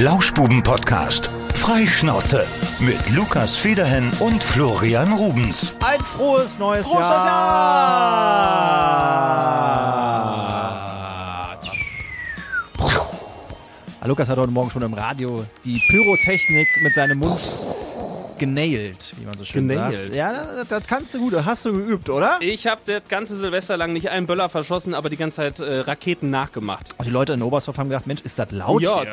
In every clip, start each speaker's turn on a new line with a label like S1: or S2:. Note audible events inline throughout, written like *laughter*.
S1: Lauschbuben-Podcast. Freischnauze mit Lukas Federhen und Florian Rubens.
S2: Ein frohes neues
S3: Frohes neues
S2: Jahr! Ah, Lukas hat heute Morgen schon im Radio die Pyrotechnik mit seinem Mund genailt, wie man so schön sagt.
S3: Genailt.
S2: Ja, das, das kannst du gut. Das hast du geübt, oder?
S3: Ich habe das ganze Silvester lang nicht einen Böller verschossen, aber die ganze Zeit äh, Raketen nachgemacht.
S2: Und die Leute in Oberstdorf haben gedacht, Mensch, ist das laut?
S3: Ja.
S2: hier?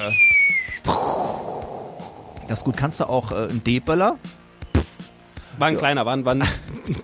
S2: Das ist gut. Kannst du auch äh, einen D-Böller?
S3: War ein kleiner, war ein, war ein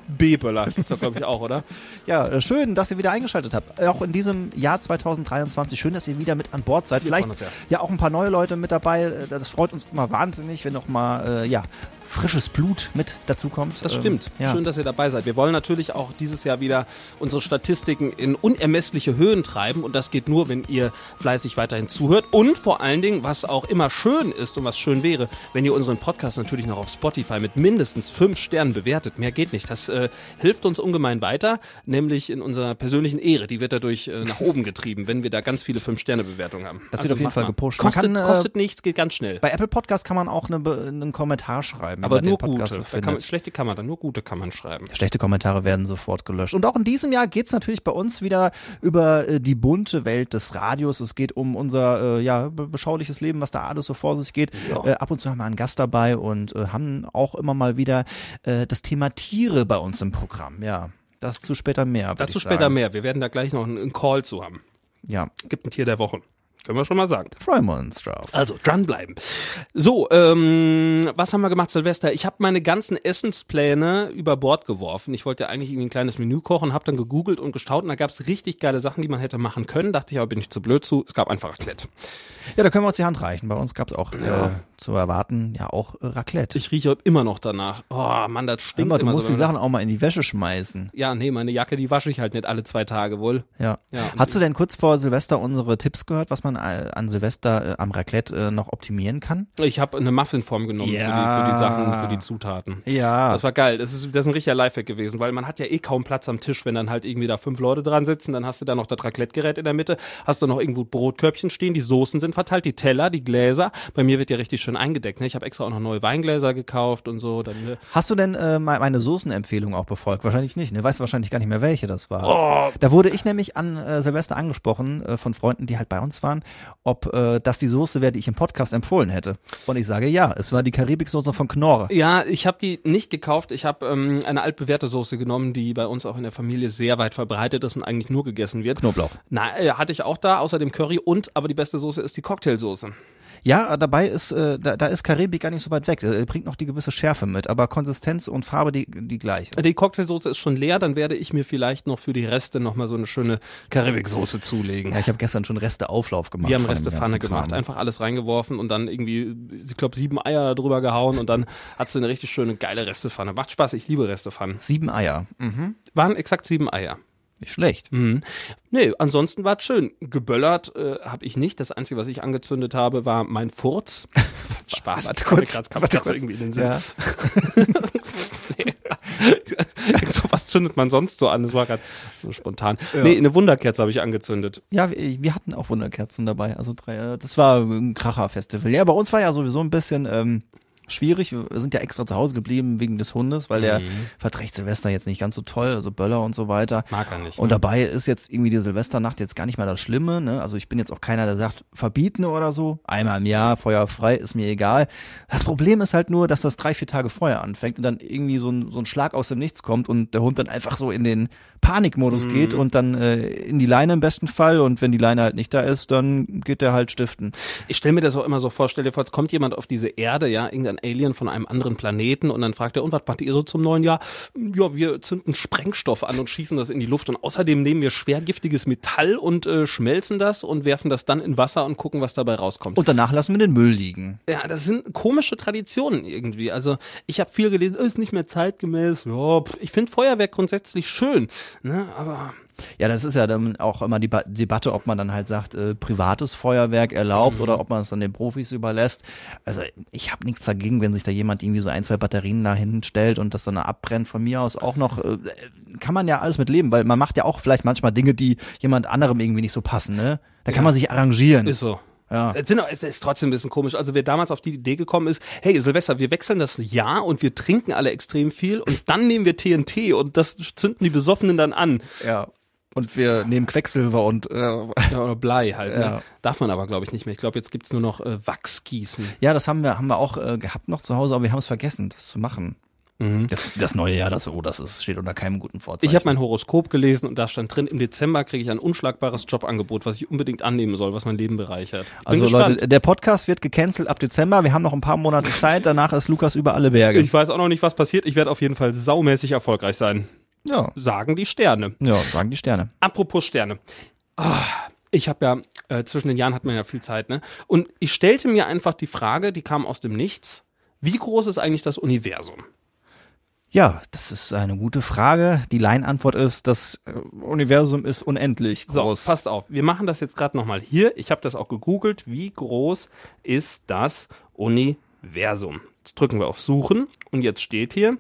S3: B-Böller. Gibt's doch, glaube ich, auch, oder?
S2: Ja, äh, schön, dass ihr wieder eingeschaltet habt. Äh, Auch in diesem Jahr 2023. Schön, dass ihr wieder mit an Bord seid. Vielleicht
S3: freuen uns
S2: ja.
S3: sehr.
S2: auch ein paar neue Leute mit dabei. Äh, Das freut uns immer wahnsinnig, wenn noch mal äh, ja, frisches Blut mit dazukommt.
S3: Das
S2: Ähm,
S3: stimmt.
S2: Ja.
S3: Schön, dass ihr dabei seid. Wir wollen natürlich auch dieses Jahr wieder unsere Statistiken in unermessliche Höhen treiben und das geht nur, wenn ihr fleißig weiterhin zuhört und vor allen Dingen, was auch immer schön ist und was schön wäre, wenn ihr unseren Podcast natürlich noch auf Spotify mit mindestens fünf Sternen bewertet. Mehr geht nicht. Das äh, hilft uns ungemein weiter, nämlich in unserer persönlichen Ehre. Die wird dadurch äh, nach oben getrieben, wenn wir da ganz viele fünf-Sterne-Bewertungen haben.
S2: Das wird auf jeden
S3: macht
S2: Fall
S3: mal.
S2: gepusht. Man
S3: Kostet,
S2: kann, äh,
S3: kostet nichts, geht ganz schnell.
S2: bei Apple Podcast kann man auch eine, Be- einen Kommentar schreiben.
S3: Aber
S2: wenn man
S3: nur
S2: den Podcast
S3: gute.
S2: so
S3: Da kann man,
S2: findet.
S3: schlechte kann man dann, nur gute kann man schreiben.
S2: Schlechte Kommentare werden sofort gelöscht. Und auch in diesem Jahr geht's natürlich bei uns wieder über äh, die bunte Welt des Radios. Es geht um unser äh, ja, be- beschauliches Leben, was da alles so vor sich geht.
S3: Ja.
S2: Äh, ab und zu haben wir einen Gast dabei und äh, haben auch immer mal wieder äh, das Thema Tiere bei uns im Programm. Ja, dazu später mehr. würd
S3: Dazu
S2: ich
S3: später
S2: sagen.
S3: mehr. Wir werden da gleich noch einen, einen Call zu haben.
S2: Ja,
S3: Gibt ein Tier der Woche. Können wir schon mal sagen.
S2: freuen wir uns drauf.
S3: Also dranbleiben. So, ähm, was haben wir gemacht, Silvester? Ich habe meine ganzen Essenspläne über Bord geworfen. Ich wollte ja eigentlich irgendwie ein kleines Menü kochen, habe dann gegoogelt und gestaut und da gab es richtig geile Sachen, die man hätte machen können. Dachte ich, aber bin ich zu blöd zu. Es gab einfach Raclette.
S2: Ja, da können wir uns die Hand reichen. Bei uns gab's auch äh, zu erwarten, ja auch äh, Raclette.
S3: Ich rieche immer noch danach. Oh Mann, das stinkt
S2: Immer, du
S3: immer
S2: musst
S3: so.
S2: die Sachen auch mal in die Wäsche schmeißen.
S3: ja, nee, meine Jacke, die wasche ich halt nicht alle zwei Tage wohl.
S2: Ja.
S3: Ja, und-
S2: Hast du denn kurz vor Silvester unsere Tipps gehört, was man äh, an Silvester äh, am Raclette äh, noch optimieren kann?
S3: Ich habe eine Muffinform genommen für, die, für
S2: Ja.
S3: die Sachen, für die Zutaten.
S2: Ja.
S3: Das war geil. Das ist, das ist ein richtiger Lifehack gewesen, weil man hat ja eh kaum Platz am Tisch, wenn dann halt irgendwie da fünf Leute dran sitzen, dann hast du da noch das Raclette-Gerät in der Mitte, hast du noch irgendwo Brotkörbchen stehen, die Soßen sind verteilt, die Teller, die Gläser. Bei mir wird ja richtig schön eingedeckt. Ne? Ich habe extra auch noch neue Weingläser gekauft und so. Dann, ne?
S2: Hast du denn äh, me- meine Soßenempfehlung auch befolgt? Wahrscheinlich nicht, ne? Weißt du wahrscheinlich gar nicht mehr, welche das
S3: Oh.
S2: war. Da wurde ich nämlich an äh, Silvester angesprochen äh, von Freunden, die halt bei uns waren, ob äh, das die Soße wäre, die ich im Podcast empfohlen hätte. Und ich sage ja, es war die Karibiksoße von Knorr.
S3: Ja, ich habe die nicht gekauft. Ich habe ähm, eine altbewährte Soße genommen, die bei uns auch in der Familie sehr weit verbreitet ist und eigentlich nur gegessen wird.
S2: Knoblauch.
S3: Na, äh, hatte ich auch da, außer dem Curry und, aber die beste Soße ist die Cocktailsoße.
S2: Ja, dabei ist, äh, da, da ist Karibik gar nicht so weit weg. Äh, bringt noch die gewisse Schärfe mit, aber Konsistenz und Farbe die, die gleiche.
S3: Die Cocktailsoße ist schon leer, dann werde ich mir vielleicht noch für die Reste nochmal so eine schöne Karibiksoße zulegen.
S2: Ja, ich habe gestern schon Reste Auflauf gemacht.
S3: Wir haben
S2: von dem ganzen
S3: Restepfanne
S2: Kram.
S3: gemacht, einfach alles reingeworfen und dann irgendwie, ich glaube, sieben Eier darüber gehauen und dann hat sie eine richtig schöne, geile Restepfanne. Macht Spaß, ich liebe Restepfannen.
S2: Sieben Eier. Hm,
S3: Waren exakt sieben Eier.
S2: Nicht schlecht.
S3: Mhm. Nee, ansonsten war es schön. Geböllert äh, habe ich nicht. Das Einzige, was ich angezündet habe, war
S2: *laughs*
S3: mein Furz. Spaß.
S2: Warte
S3: kam mir
S2: kurz,
S3: grad- kam mir
S2: warte
S3: grad so
S2: kurz.
S3: irgendwie in den Sinn.
S2: Ja.
S3: *laughs* so was zündet man sonst so an. Das war gerade so spontan. Nee, eine Wunderkerze habe ich angezündet.
S2: ja, wir wir hatten auch Wunderkerzen dabei. Also drei, äh, das war ein Kracher-Festival. Ja, bei uns war ja sowieso ein bisschen ähm, schwierig. Wir sind ja extra zu Hause geblieben wegen des Hundes, weil der
S3: Mhm.
S2: verträgt Silvester jetzt nicht ganz so toll, also Böller und so weiter.
S3: Mag er nicht,
S2: Und
S3: ne?
S2: dabei ist jetzt irgendwie die Silvesternacht jetzt gar nicht mal das Schlimme. Ne? Also ich bin jetzt auch keiner, der sagt, verbieten oder so. Einmal im Jahr, Feuer frei, ist mir egal. Das Problem ist halt nur, dass das drei, vier Tage vorher anfängt und dann irgendwie so ein, so ein Schlag aus dem Nichts kommt und der Hund dann einfach so in den Panikmodus geht und dann äh, in die Leine im besten Fall. Und wenn die Leine halt nicht da ist, dann geht der halt stiften.
S3: Ich stelle mir das auch immer so vor, stell dir vor, jetzt kommt jemand auf diese Erde, ja, irgendein Alien von einem anderen Planeten und dann fragt er, und was macht ihr so zum neuen Jahr? Ja, wir zünden Sprengstoff an und schießen das in die Luft und außerdem nehmen wir schwergiftiges Metall und äh, schmelzen das und werfen das dann in Wasser und gucken, was dabei rauskommt.
S2: Und danach lassen wir den Müll liegen.
S3: Ja, das sind komische Traditionen irgendwie. Also ich habe viel gelesen, oh, ist nicht mehr zeitgemäß. Ja, pff, ich finde Feuerwerk grundsätzlich schön, ne? aber
S2: Ja, das ist ja dann auch immer die ba Debatte, ob man dann halt sagt, äh, privates Feuerwerk erlaubt oder ob man es dann den Profis überlässt. Also ich habe nichts dagegen, wenn sich da jemand irgendwie so ein, zwei Batterien da hinstellt und das dann abbrennt. Von mir aus auch noch, äh, kann man ja alles mit leben, weil man macht ja auch vielleicht manchmal Dinge, die jemand anderem irgendwie nicht so passen, ne? Da kann man sich arrangieren.
S3: ist so.
S2: Ja.
S3: Es, sind, auch- es ist trotzdem ein bisschen komisch. Also wer damals auf die Idee gekommen ist, hey Silvester, wir wechseln das Jahr und wir trinken alle extrem viel und dann nehmen wir TNT und das zünden die Besoffenen dann an.
S2: Ja. Und wir nehmen Quecksilber und äh,
S3: Ja, oder Blei halt.
S2: Ja.
S3: Ne? Darf man aber, glaube ich, nicht mehr. Ich glaube, jetzt gibt's nur noch äh, Wachsgießen.
S2: ja, das haben wir haben wir auch äh, gehabt noch zu Hause, aber wir haben es vergessen, das zu machen. Das, das neue Jahr, das oh, das ist, steht unter keinem guten Vorzeichen.
S3: Ich habe mein Horoskop gelesen und da stand drin, im Dezember kriege ich ein unschlagbares Jobangebot, was ich unbedingt annehmen soll, was mein Leben bereichert. Bin
S2: also
S3: gespannt.
S2: Leute, der Podcast wird gecancelt ab Dezember. Wir haben noch ein paar Monate Zeit. Danach ist Lukas über alle Berge.
S3: ich weiß auch noch nicht, was passiert. Ich werde auf jeden Fall saumäßig erfolgreich sein.
S2: ja,
S3: Sagen die Sterne.
S2: ja, sagen die Sterne.
S3: Apropos Sterne. Ah, Ich habe ja, äh, zwischen den Jahren hat man ja viel Zeit, ne? Und ich stellte mir einfach die Frage, die kam aus dem Nichts, wie groß ist eigentlich das Universum?
S2: Ja, das ist eine gute Frage. Die Laienantwort ist, das äh, Universum ist unendlich
S3: So,
S2: groß.
S3: passt auf. Wir machen das jetzt gerade nochmal hier. Ich habe das auch gegoogelt. Wie groß ist das Universum? Jetzt drücken wir auf Suchen und jetzt steht hier.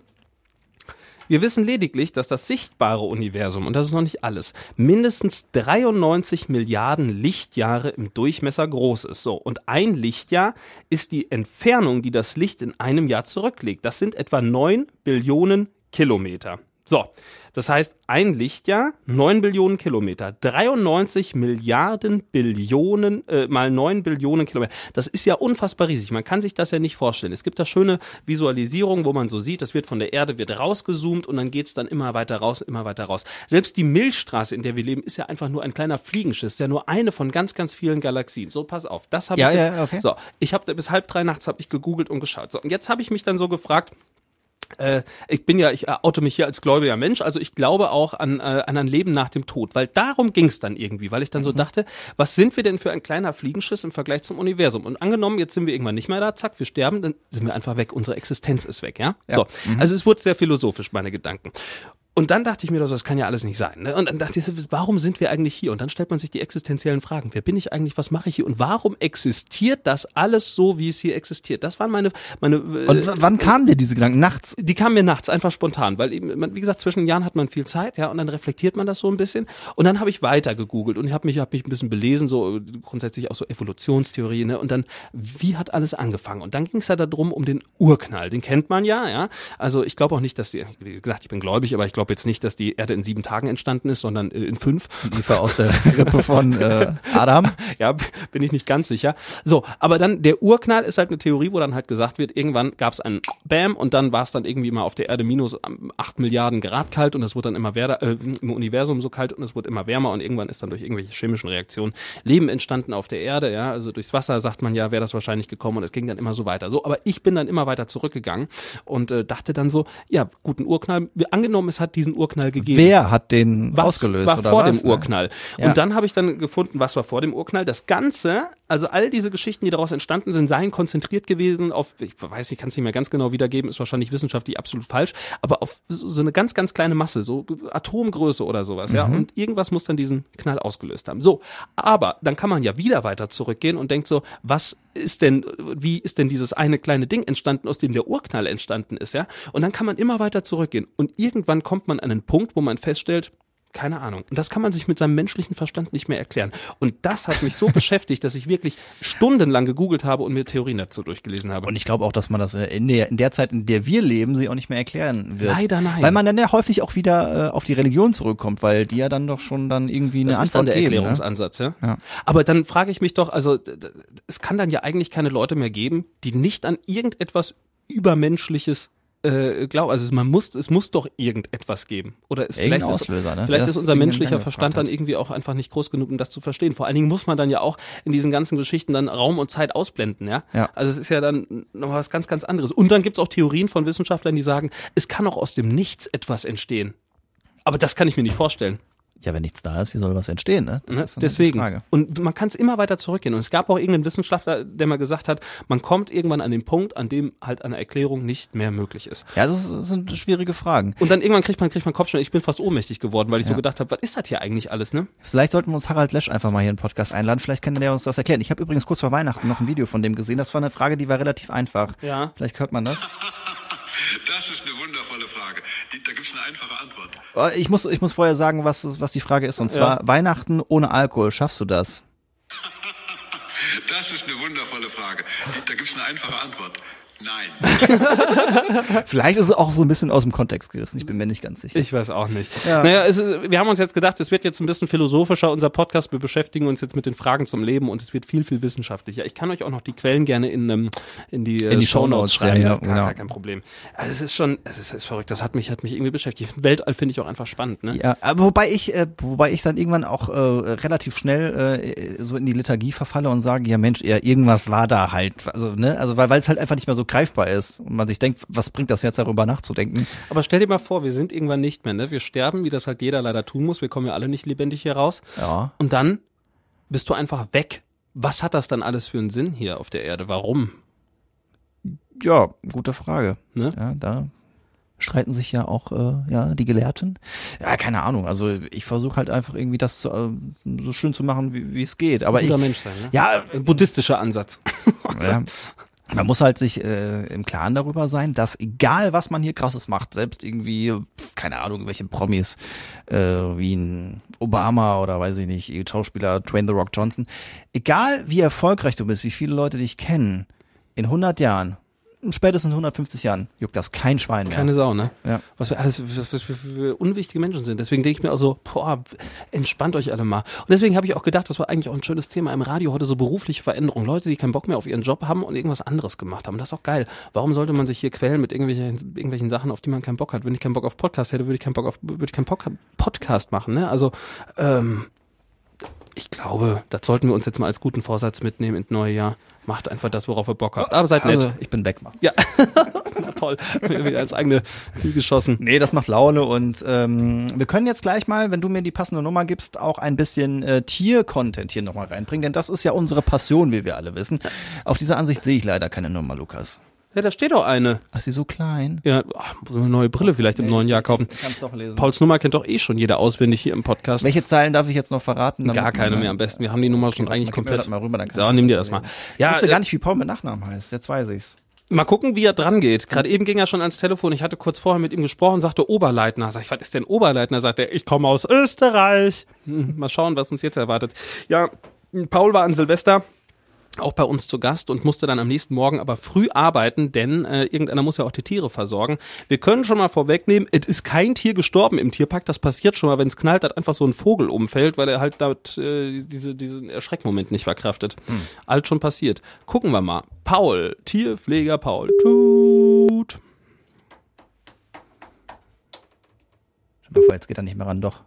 S3: Wir wissen lediglich, dass das sichtbare Universum, und das ist noch nicht alles, mindestens 93 Milliarden Lichtjahre im Durchmesser groß ist. So, und ein Lichtjahr ist die Entfernung, die das Licht in einem Jahr zurücklegt. Das sind etwa 9 Billionen Kilometer. So, das heißt, ein Lichtjahr, 9 Billionen Kilometer, 93 Milliarden Billionen äh, mal 9 Billionen Kilometer. Das ist ja unfassbar riesig. Man kann sich das ja nicht vorstellen. Es gibt da schöne Visualisierungen, wo man so sieht, das wird von der Erde, wird rausgezoomt und dann geht's dann immer weiter raus, immer weiter raus. Selbst die Milchstraße, in der wir leben, ist ja einfach nur ein kleiner Fliegenschiss, ist ja nur eine von ganz, ganz vielen Galaxien. So, pass auf, das habe
S2: Ja,
S3: ich jetzt.
S2: ja, okay.
S3: So, ich habe bis halb drei nachts habe ich gegoogelt und geschaut. So, und jetzt habe ich mich dann so gefragt, äh, ich bin ja, ich äh, oute mich hier als gläubiger Mensch, also ich glaube auch an, äh, an ein Leben nach dem Tod, weil darum ging es dann irgendwie, weil ich dann so dachte, was sind wir denn für ein kleiner Fliegenschiss im Vergleich zum Universum? Und angenommen, jetzt sind wir irgendwann nicht mehr da, zack, wir sterben, dann sind wir einfach weg, unsere Existenz ist weg, ja? So. Also es wurde sehr philosophisch, meine Gedanken. Und dann dachte ich mir, doch so, das kann ja alles nicht sein. Ne? Und dann dachte ich, so, warum sind wir eigentlich hier? Und dann stellt man sich die existenziellen Fragen. Wer bin ich eigentlich? Was mache ich hier? Und warum existiert das alles so, wie es hier existiert? Das waren meine, meine äh,
S2: Und w- wann kamen dir diese Gedanken? Nachts?
S3: die kamen mir nachts einfach spontan, weil eben, man, wie gesagt, zwischen den Jahren hat man viel Zeit, ja, und dann reflektiert man das so ein bisschen. Und dann habe ich weiter gegoogelt und ich habe mich, hab mich ein bisschen belesen, so äh, grundsätzlich auch so Evolutionstheorie, ne? Und dann, wie hat alles angefangen? Und dann ging es ja darum, um den Urknall. Den kennt man ja, ja. Also ich glaube auch nicht, dass die, wie gesagt, ich bin gläubig, aber ich glaube jetzt nicht, dass die Erde in sieben Tagen entstanden ist, sondern äh, in fünf.
S2: Eva aus der Rippe von
S3: *laughs*
S2: äh, Adam.
S3: Ja, b- bin ich nicht ganz sicher. So, aber dann der Urknall ist halt eine Theorie, wo dann halt gesagt wird, irgendwann gab es einen Bam und dann war es dann irgendwie mal auf der Erde minus ähm, 8 Milliarden Grad kalt und es wurde dann immer wärmer, äh, im Universum so kalt und es wurde immer wärmer und irgendwann ist dann durch irgendwelche chemischen Reaktionen Leben entstanden auf der Erde, ja, also durchs Wasser sagt man ja, wäre das wahrscheinlich gekommen und es ging dann immer so weiter. So, aber ich bin dann immer weiter zurückgegangen und äh, dachte dann so, ja, guten Urknall, angenommen, es hat diesen Urknall gegeben
S2: Wer hat den
S3: was
S2: ausgelöst?
S3: war
S2: oder
S3: vor
S2: was? ne?
S3: dem Urknall.
S2: Ja.
S3: Und dann habe ich dann gefunden, was war vor dem Urknall. Das Ganze, also all diese Geschichten, die daraus entstanden sind, seien konzentriert gewesen auf, ich weiß nicht, kann es nicht mehr ganz genau wiedergeben, ist wahrscheinlich wissenschaftlich absolut falsch, aber auf so so eine ganz, ganz kleine Masse, so Atomgröße oder sowas, ja.
S2: Mhm.
S3: Und irgendwas muss dann diesen Knall ausgelöst haben. So, aber dann kann man ja wieder weiter zurückgehen und denkt so, was ist denn, wie ist denn dieses eine kleine Ding entstanden, aus dem der Urknall entstanden ist, ja? Und dann kann man immer weiter zurückgehen. Und irgendwann kommt man an einen Punkt, wo man feststellt, keine Ahnung. Und das kann man sich mit seinem menschlichen Verstand nicht mehr erklären. Und das
S2: *laughs*
S3: hat mich so beschäftigt, dass ich wirklich stundenlang gegoogelt habe und mir Theorien dazu durchgelesen habe.
S2: Und ich glaube auch, dass man das äh, in der, in der Zeit, in der wir leben, sie auch nicht mehr erklären wird.
S3: Leider nein.
S2: Weil man dann Ah, ja häufig auch wieder äh, auf die Religion zurückkommt, weil die ja dann doch schon dann irgendwie eine
S3: das ist
S2: Antwort
S3: dann der
S2: geben. Ne?
S3: Erklärungsansatz, ja?
S2: Ja.
S3: Aber dann frage ich mich doch, also d- d- es kann dann ja eigentlich keine Leute mehr geben, die nicht an irgendetwas Übermenschliches äh, glauben. Also man muss, es muss doch irgendetwas geben. Oder ist
S2: Irgendein
S3: vielleicht ist,
S2: Auslöser, ne?
S3: vielleicht
S2: Das
S3: ist unser
S2: Ding in
S3: menschlicher
S2: Gang
S3: Verstand
S2: gebracht hat.
S3: dann irgendwie auch einfach nicht groß genug, um das zu verstehen. Vor allen Dingen muss man dann ja auch in diesen ganzen Geschichten dann Raum und Zeit ausblenden, ja?
S2: Ja.
S3: Also es ist ja dann noch was ganz, ganz anderes. Und dann gibt's auch Theorien von Wissenschaftlern, die sagen, es kann auch aus dem Nichts etwas entstehen. Aber das kann ich mir nicht vorstellen.
S2: Ja, wenn nichts da ist, wie soll was entstehen? Ne? Das
S3: Ne?
S2: ist dann die
S3: Deswegen.
S2: Frage.
S3: Und man kann es immer weiter zurückgehen. Und es gab auch irgendeinen Wissenschaftler, der mal gesagt hat, man kommt irgendwann an den Punkt, an dem halt eine Erklärung nicht mehr möglich ist.
S2: Ja, das, ist, das sind schwierige Fragen.
S3: Und dann irgendwann kriegt man, kriegt man Kopfschmerzen. Ich bin fast ohnmächtig geworden, weil ich so
S2: Ja.
S3: gedacht habe, was ist das hier eigentlich alles, ne?
S2: Vielleicht sollten wir uns Harald Lesch einfach mal hier in den Podcast einladen. Vielleicht kann der uns das erklären. Ich habe übrigens kurz vor Weihnachten noch ein Video von dem gesehen. Das war eine Frage, die war relativ einfach.
S3: Ja.
S2: Vielleicht hört man das.
S4: Das ist eine wundervolle Frage. Die, da gibt es eine einfache Antwort.
S2: Äh, Ich muss, ich muss vorher sagen, was, was die Frage ist. Und
S3: Ja.
S2: zwar Weihnachten ohne Alkohol. Schaffst du das?
S4: Das ist eine wundervolle Frage. Die- Da gibt es eine einfache Antwort. Nein.
S2: Vielleicht ist es auch so ein bisschen aus dem Kontext gerissen. Ich bin mir nicht ganz sicher.
S3: Ich weiß auch nicht. Naja, es ist, wir haben uns jetzt gedacht, es wird jetzt ein bisschen philosophischer, unser Podcast. Wir beschäftigen uns jetzt mit den Fragen zum Leben und es wird viel, viel wissenschaftlicher. Ich kann euch auch noch die Quellen gerne in, ähm, in die,
S2: In die Shownotes
S3: schreiben.
S2: ja, ja,
S3: gar, gar
S2: genau.
S3: kein Problem. Also es ist schon, es ist, es ist verrückt. Das hat mich, hat mich irgendwie beschäftigt. Weltall finde ich auch einfach spannend, ne?
S2: Ja, aber wobei ich, äh, wobei ich dann irgendwann auch äh, relativ schnell äh, so in die Lethargie verfalle und sage, ja Mensch, ja, irgendwas war da halt. Also, ne, also weil weil es halt einfach nicht mehr so greifbar ist und man sich denkt, was bringt das jetzt darüber nachzudenken?
S3: Aber stell dir mal vor, wir sind irgendwann nicht mehr, ne? Wir sterben, wie das halt jeder leider tun muss. Wir kommen ja alle nicht lebendig hier raus.
S2: Ja.
S3: Und dann bist du einfach weg. Was hat das dann alles für einen Sinn hier auf der Erde? Warum?
S2: Ja, gute Frage.
S3: Ne?
S2: Ja, da streiten sich ja auch äh, ja die Gelehrten. Ja, keine Ahnung. Also ich versuche halt einfach irgendwie das zu, äh, so schön zu machen, wie wie es geht. Aber ich,
S3: Guter Mensch sein, ne?
S2: ja,
S3: Ein buddhistischer Ansatz.
S2: Ja. Man muss halt sich äh, im Klaren darüber sein, dass egal was man hier krasses macht, selbst irgendwie, pf, keine Ahnung, welche Promis, äh, wie ein Obama oder weiß ich nicht, ihr Schauspieler Train the Rock Johnson, egal wie erfolgreich du bist, wie viele Leute dich kennen, in 100 Jahren, spätestens 150 Jahren, juckt das kein Schwein mehr.
S3: Keine Sau, ne?
S2: Ja.
S3: Was wir alles, was, was wir für unwichtige Menschen sind. Deswegen denke ich mir auch so, boah, entspannt euch alle mal. Und deswegen habe ich auch gedacht, das war eigentlich auch ein schönes Thema im Radio heute, so berufliche Veränderung. Leute, die keinen Bock mehr auf ihren Job haben und irgendwas anderes gemacht haben. Das ist auch geil. Warum sollte man sich hier quälen mit irgendwelchen, irgendwelchen Sachen, auf die man keinen Bock hat? Wenn ich keinen Bock auf Podcast hätte, würde ich keinen Bock auf, würde ich keinen Podca- Podcast machen, ne? Also, ähm, ich glaube, das sollten wir uns jetzt mal als guten Vorsatz mitnehmen ins neue Jahr. Macht einfach das, worauf ihr Bock habt. Aber seid nett. *laughs*
S2: Also ich bin weg. Mann.
S3: Ja, na toll. Mir Wieder ins eigene Knie geschossen.
S2: Nee, das macht Laune und ähm, wir können jetzt gleich mal, wenn du mir die passende Nummer gibst, auch ein bisschen äh, Tier-Content hier nochmal reinbringen, denn das ist ja unsere Passion, wie wir alle wissen. Auf dieser Ansicht sehe ich leider keine Nummer, Lukas.
S3: Ja, da steht doch eine.
S2: Ach, sie so klein?
S3: Ja, ach, muss man eine neue Brille vielleicht im neuen Jahr kaufen.
S2: Kannst doch lesen.
S3: Pauls Nummer kennt doch eh schon jeder auswendig hier im Podcast.
S2: Welche Zeilen darf ich jetzt noch verraten? damit
S3: Gar
S2: man-
S3: keine mehr am besten. Wir haben die Nummer schon eigentlich
S2: Gib mir
S3: komplett.
S2: das mal rüber, dann kannst
S3: so,
S2: du
S3: nimm dir
S2: das
S3: das mal.
S2: lesen. Ich
S3: Ja,
S2: wusste
S3: äh,
S2: gar nicht, wie Paul mit Nachnamen heißt. Jetzt weiß ich's.
S3: mal gucken, wie er dran geht. Gerade eben ging er schon ans Telefon. Ich hatte kurz vorher mit ihm gesprochen, sagte Oberleitner. Sag ich, was ist denn Oberleitner? Sagt er, ich komme aus Österreich. Hm, Mal schauen, was uns jetzt erwartet. Ja, Paul war an Silvester. auch bei uns zu Gast und musste dann am nächsten Morgen aber früh arbeiten, denn äh, irgendeiner muss ja auch die Tiere versorgen. Wir können schon mal vorwegnehmen, es ist kein Tier gestorben im Tierpark, das passiert schon mal, wenn es knallt, hat einfach so ein Vogel umfällt, weil er halt dort, äh, diese, diesen Erschreckmoment nicht verkraftet. Alt schon passiert. Gucken wir mal. Paul, Tierpfleger Paul. Tut.
S2: Schau mal vor, jetzt geht er nicht mehr ran, doch.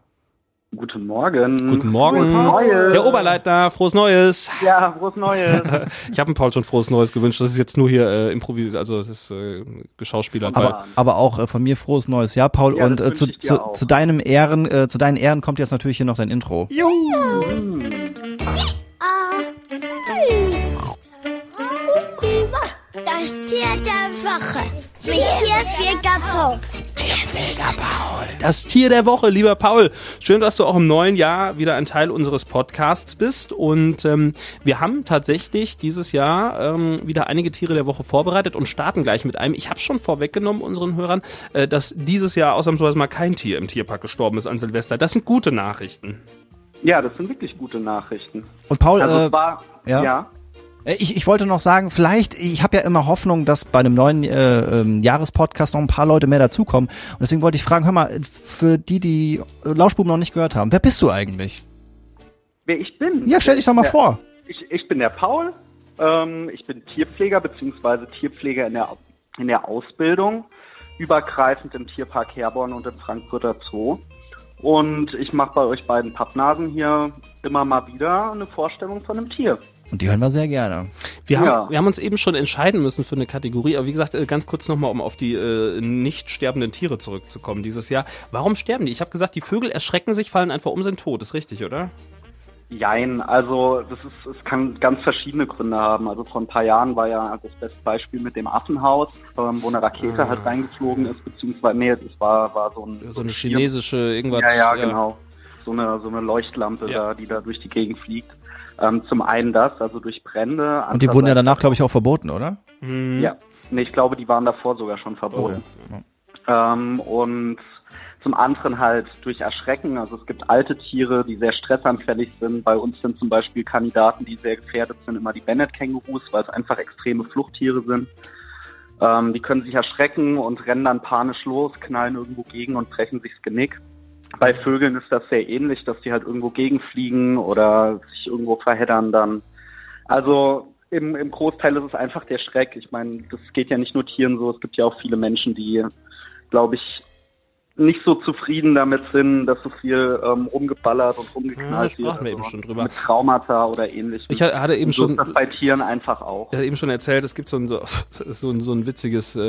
S5: Guten Morgen.
S3: Guten Morgen.
S5: Neues.
S3: Herr Oberleitner, frohes Neues.
S5: Ja, frohes Neues.
S3: *laughs* Ich habe dem Paul schon frohes Neues gewünscht. Das ist jetzt nur hier äh, improvisiert, also das ist äh, geschauspielert. weil-
S2: Aber, aber auch äh, von mir frohes neues Jahr, Paul.
S5: Ja,
S2: und
S5: das
S2: äh, zu,
S5: wünsche ich dir
S2: zu,
S5: auch.
S2: zu deinem Ehren, äh, zu deinen Ehren kommt jetzt natürlich hier noch dein Intro.
S6: Das Tier der Woche. Mit Tierfeger Paul.
S3: Das Tier der Woche, lieber Paul. Schön, dass du auch im neuen Jahr wieder ein Teil unseres Podcasts bist. Und ähm, wir haben tatsächlich dieses Jahr ähm, wieder einige Tiere der Woche vorbereitet und starten gleich mit einem. Ich habe schon vorweggenommen unseren Hörern, äh, dass dieses Jahr ausnahmsweise mal kein Tier im Tierpark gestorben ist an Silvester. Das sind gute Nachrichten.
S5: ja, das sind wirklich gute Nachrichten.
S2: Und Paul,
S5: Also
S2: äh,
S5: es war,
S2: ja.
S5: ja.
S2: Äh, Ich, ich wollte noch sagen, vielleicht, ich habe ja immer Hoffnung, dass bei einem neuen äh, ähm, Jahrespodcast noch ein paar Leute mehr dazukommen. Und deswegen wollte ich fragen, hör mal, für die, die äh, Lauschbuben noch nicht gehört haben, wer bist du eigentlich?
S5: wer ich bin.
S2: Ja, stell dich doch mal
S5: Ja.
S2: vor.
S5: Ich, ich bin der Paul. Ähm, ich bin Tierpfleger bzw. Tierpfleger in der, in der Ausbildung, übergreifend im Tierpark Herborn und im Frankfurter Zoo. Und ich mache bei euch beiden Pappnasen hier immer mal wieder eine Vorstellung von einem Tier.
S2: Und die hören wir sehr gerne.
S3: Wir haben,
S5: Ja.
S3: wir haben uns eben schon entscheiden müssen für eine Kategorie, aber wie gesagt, äh, ganz kurz nochmal, um auf die äh, nicht sterbenden Tiere zurückzukommen dieses Jahr. Warum sterben die? Ich habe gesagt, die Vögel erschrecken sich, fallen einfach um, sind tot. Ist richtig, oder?
S5: Jein, also das ist, es kann ganz verschiedene Gründe haben. Also vor ein paar Jahren war ja das beste Beispiel mit dem Affenhaus, ähm, wo eine Rakete halt reingeflogen ist, beziehungsweise nee, das war, war so ein
S3: So eine
S5: Schirm.
S3: chinesische irgendwas. äh,
S5: Ja, ja, genau. So eine, so eine Leuchtlampe,
S3: Ja.
S5: da, die da durch die Gegend fliegt. Ähm, zum einen das, also durch Brände.
S2: Und die wurden ja
S5: andererseits-
S2: danach, glaube ich, auch verboten, oder?
S3: Mhm.
S5: Ja, nee, ich glaube, die waren davor sogar schon verboten. Ähm, und Zum anderen halt durch Erschrecken. Also es gibt alte Tiere, die sehr stressanfällig sind. Bei uns sind zum Beispiel Kandidaten, die sehr gefährdet sind, immer die Bennett-Kängurus, weil es einfach extreme Fluchttiere sind. Ähm, die können sich erschrecken und rennen dann panisch los, knallen irgendwo gegen und brechen sich das Genick. Bei Vögeln ist das sehr ähnlich, dass die halt irgendwo gegenfliegen oder sich irgendwo verheddern dann. Also im, im Großteil ist es einfach der Schreck. Ich meine, das geht ja nicht nur Tieren so, es gibt ja auch viele Menschen, die, glaube ich, nicht so zufrieden damit sind, dass so viel ähm, rumgeballert und
S3: Ja,
S5: rumgeknallt
S3: sprachen
S5: wird. Also
S3: wir eben schon drüber.
S5: Mit Traumata oder ähnlichem.
S3: Ich hatte- hatte eben
S5: Und so
S3: schon-
S5: Ist das bei Tieren einfach auch.
S3: Ich hatte eben schon erzählt, es gibt so *laughs* ein, so, so ein, so ein witziges äh,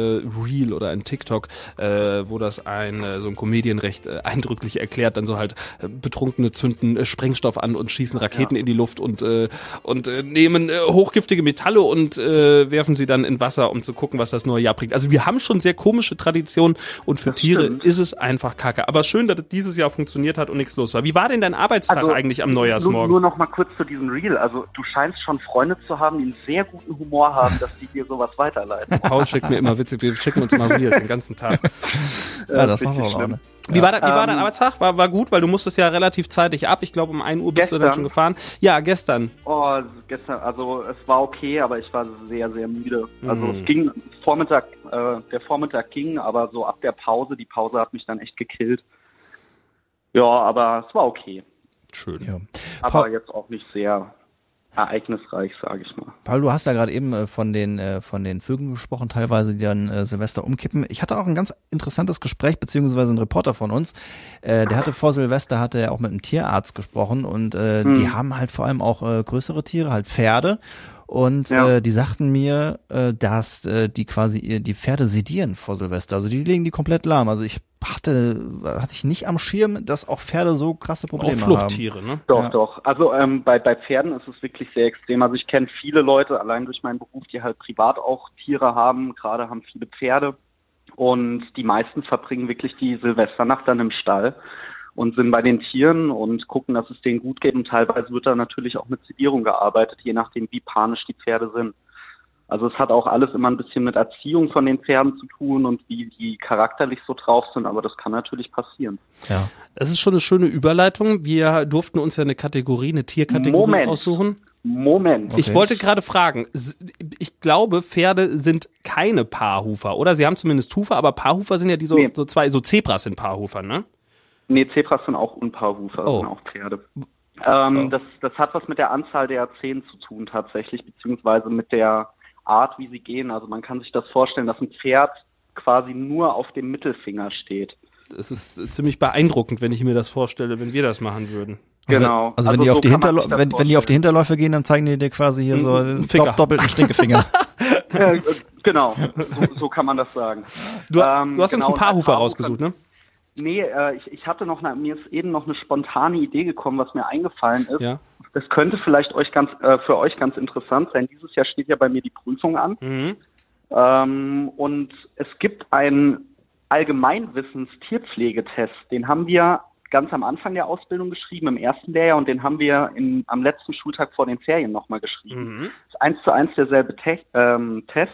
S3: Reel oder ein TikTok, äh, wo das ein äh, so ein Comedian recht äh, eindrücklich erklärt, dann so halt äh, Betrunkene zünden äh, Sprengstoff an und schießen Raketen in die Luft und äh, und äh, nehmen äh, hochgiftige Metalle und äh, werfen sie dann in Wasser, um zu gucken, was das neue Jahr bringt. Also wir haben schon sehr komische Traditionen und für Tiere
S5: stimmt.
S3: ist es einfach Kacke. Aber schön, dass es dieses Jahr funktioniert hat und nichts los war. Wie war denn dein Arbeitstag eigentlich am Neujahrsmorgen?
S5: Also, Nur, nur noch mal kurz zu diesem Reel. Also du scheinst schon Freunde zu haben, die einen sehr guten Humor haben, dass die dir sowas weiterleiten.
S3: Paul schickt mir immer Witze, wir schicken uns mal Reels den ganzen Tag.
S2: Ja, das
S5: Äh, richtig
S2: machen wir auch.
S5: schlimm.
S2: Ne?
S3: Wie war, da, wie war
S5: Ähm,
S3: dein Arbeitstag? War, war gut, weil du musstest ja relativ zeitig ab. Ich glaube, um 1 Uhr bist du dann
S5: Gestern.
S3: schon gefahren. Ja, gestern.
S5: Oh, gestern, also es war okay, aber ich war sehr, sehr müde. Also es ging Vormittag, äh, der Vormittag ging, aber so ab der Pause, die Pause hat mich dann echt gekillt. Ja, aber es war okay.
S3: Schön.
S2: Ja.
S5: Aber
S2: Paul-
S5: jetzt auch nicht sehr ereignisreich, sage ich mal.
S2: Paul, du hast ja gerade eben äh, von den, äh, von den Vögeln gesprochen, teilweise, die dann äh, Silvester umkippen. Ich hatte auch ein ganz interessantes Gespräch, beziehungsweise ein Reporter von uns, äh, der hatte vor Silvester, hatte er auch mit einem Tierarzt gesprochen und äh, die haben halt vor allem auch äh, größere Tiere, halt Pferde. Und
S5: Ja.
S2: äh, die sagten mir, äh, dass äh, die quasi ihr, die Pferde sedieren vor Silvester. Also die legen die komplett lahm. Also ich hatte, hatte ich nicht am Schirm, dass auch Pferde so krasse
S3: Auch
S2: Probleme haben.
S3: Fluchttiere, ne?
S5: Doch,
S2: Ja.
S5: doch. Also ähm, bei, bei Pferden ist es wirklich sehr extrem. Also ich kenne viele Leute, allein durch meinen Beruf, die halt privat auch Tiere haben. Gerade haben viele Pferde. Und die meisten verbringen wirklich die Silvesternacht dann im Stall und sind bei den Tieren und gucken, dass es denen gut geht. Und teilweise wird da natürlich auch mit Sedierung gearbeitet, je nachdem, wie panisch die Pferde sind. Also es hat auch alles immer ein bisschen mit Erziehung von den Pferden zu tun und wie die charakterlich so drauf sind, aber das kann natürlich passieren.
S2: Ja.
S3: Das ist schon eine schöne Überleitung. Wir durften uns ja eine Kategorie, eine Tierkategorie
S5: Moment.
S3: aussuchen.
S5: Moment.
S3: Ich wollte gerade fragen, s- ich glaube, Pferde sind keine Paarhufer, oder? Sie haben zumindest Hufer, aber Paarhufer sind ja die so,
S5: Nee.
S3: so zwei, so Zebras sind Paarhufer, ne?
S5: Nee, Zebras sind auch Unpaarhufer,
S3: Oh.
S5: sind auch Pferde. Ähm, das, das hat was mit der Anzahl der Zehen zu tun tatsächlich, beziehungsweise mit der Art, wie sie gehen. Also man kann sich das vorstellen, dass ein Pferd quasi nur auf dem Mittelfinger steht.
S3: Es ist äh, ziemlich beeindruckend, wenn ich mir das vorstelle, wenn wir das machen würden.
S5: Genau.
S2: Also, wenn, die auf
S5: so
S2: die
S5: kann man sich
S2: Hinterläu
S5: das
S2: wenn, wenn die auf die Hinterläufe gehen, dann zeigen die dir quasi hier so
S3: einen
S2: einen
S3: Finger.
S2: dopp- doppelten
S5: *laughs*
S2: Stinkefinger.
S5: vorstellen. Äh, äh, genau, so, so kann man
S2: *laughs*
S5: das sagen.
S3: Du,
S5: Ähm,
S3: du hast uns
S5: genau,
S3: einen Paarhufer
S5: Paarhufer-
S3: rausgesucht, ne?
S5: Nee, äh, ich, ich hatte noch, eine, mir ist eben noch eine spontane Idee gekommen, was mir eingefallen ist.
S3: Ja.
S5: Das könnte vielleicht euch ganz, äh, für euch ganz interessant sein. Dieses Jahr steht ja bei mir die Prüfung an.
S3: Mhm.
S5: Ähm, und es gibt einen Allgemeinwissens-Tierpflegetest. Den haben wir ganz am Anfang der Ausbildung geschrieben, im ersten Lehrjahr, und den haben wir in, am letzten Schultag vor den Ferien nochmal
S3: Mhm.
S5: geschrieben. Ist eins zu eins derselbe Te ähm, Test.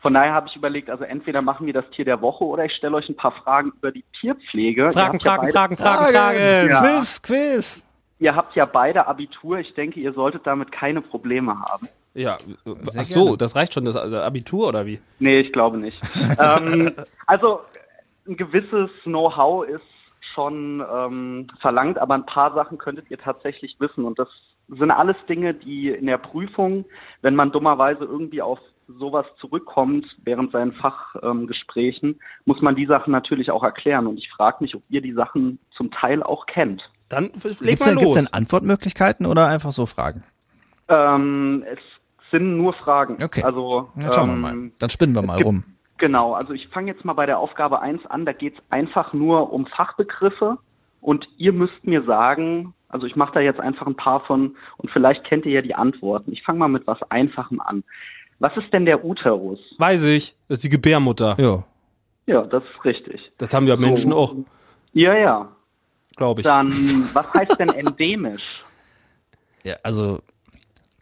S5: Von daher habe ich überlegt, also entweder machen wir das Tier der Woche oder ich stelle euch ein paar Fragen über die Tierpflege. Ihr
S3: Fragen,
S5: habt ja
S3: Fragen,
S5: beide-
S3: Fragen, Fragen, Fragen.
S5: Ja.
S2: Quiz, Quiz.
S5: Ihr habt ja beide Abitur. Ich denke, ihr solltet damit keine Probleme haben.
S3: Ja, äh, ach
S2: gerne.
S3: so, das reicht schon, das also Abitur oder wie?
S5: Nee, ich
S2: *laughs*
S5: glaube nicht. ähm, also ein gewisses Know-how ist schon ähm, verlangt, aber ein paar Sachen könntet ihr tatsächlich wissen. Und das sind alles Dinge, die in der Prüfung, wenn man dummerweise irgendwie auf sowas zurückkommt während seinen Fachgesprächen, ähm, Gesprächen, muss man die Sachen natürlich auch erklären. Und ich frage mich, ob ihr die Sachen zum Teil auch kennt.
S3: Dann f- leg
S2: Gibt es
S3: mal
S2: denn, gibt's
S3: los.
S2: denn Antwortmöglichkeiten oder einfach so Fragen?
S5: Ähm, es sind nur Fragen.
S2: Okay.
S5: Also
S2: Dann schauen wir mal.
S5: ähm,
S2: Dann spinnen wir mal
S5: gibt-
S2: rum.
S5: Genau, also ich fange jetzt mal bei der Aufgabe 1 an. Da geht's einfach nur um Fachbegriffe und ihr müsst mir sagen, also ich mache da jetzt einfach ein paar von und vielleicht kennt ihr ja die Antworten. Ich fange mal mit was Einfachem an. Was ist denn der Uterus?
S3: Weiß ich, das ist die Gebärmutter.
S2: Ja.
S5: Ja, das ist richtig.
S3: Das haben ja Menschen auch,
S5: Ja, ja.
S3: glaube ich.
S5: Dann, was heißt denn endemisch?
S2: ja also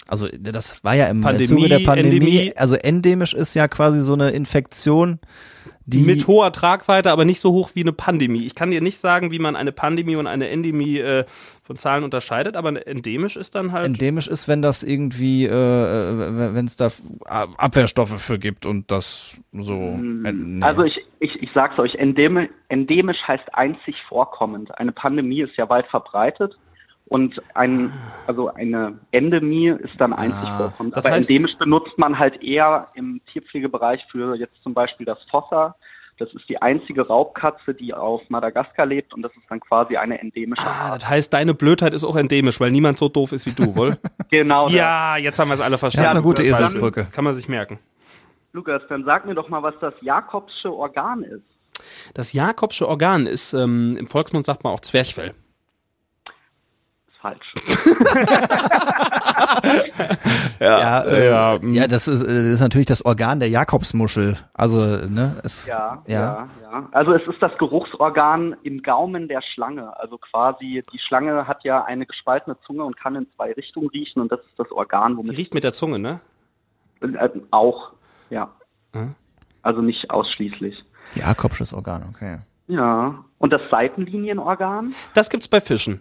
S2: Also das war ja im
S3: Pandemie,
S2: Zuge der Pandemie.
S3: Endemie.
S2: Also endemisch ist ja quasi so eine Infektion, die
S3: Mit hoher Tragweite, aber nicht so hoch wie eine Pandemie. Ich kann dir nicht sagen, wie man eine Pandemie und eine Endemie äh, von Zahlen unterscheidet, aber eine endemisch ist dann halt.
S2: endemisch ist, wenn das irgendwie, äh, wenn es da F- Ab- Abwehrstoffe für gibt und das so. äh, nee.
S5: Also ich, ich, ich sag's euch, endemi- endemisch heißt einzig vorkommend. Eine Pandemie ist ja weit verbreitet und ein, also eine Endemie ist dann einzig vorkommend.
S3: Ah. das
S5: Aber
S3: heißt-
S5: endemisch benutzt man halt eher im Tierpflegebereich für jetzt zum Beispiel das Fossa. Das ist die einzige Raubkatze, die auf Madagaskar lebt und das ist dann quasi eine endemische
S3: Ah,
S5: Art.
S3: das heißt, deine Blödheit ist auch endemisch, weil niemand so doof ist wie du, *laughs* wohl?
S5: Genau. das.
S3: ja, jetzt haben wir es alle verstanden.
S2: Das ist eine gute
S3: Beispiel.
S2: Eselsbrücke.
S3: Kann man sich merken.
S5: Lukas, dann sag mir doch mal, was das Jakobsche Organ ist.
S3: Das Jakobsche Organ ist, ähm, im Volksmund sagt man auch Zwerchfell.
S5: Ist falsch.
S2: ja, äh,
S3: ja,
S2: ja,
S3: mm.
S2: das ist, äh, das ist natürlich das Organ der Jakobsmuschel. Also ne, es,
S5: Ja, ja,
S2: ja.
S5: ja, Also es ist das Geruchsorgan im Gaumen der Schlange. Also quasi die Schlange hat ja eine gespaltene Zunge und kann in zwei Richtungen riechen und das ist das Organ,
S3: Die
S5: womit
S3: riecht mit der Zunge, ne?
S5: äh, auch, ja.
S3: Mhm.
S5: Also nicht ausschließlich.
S2: Jakobsches Organ, okay.
S5: Ja. Und das Seitenlinienorgan?
S3: Das gibt's bei Fischen.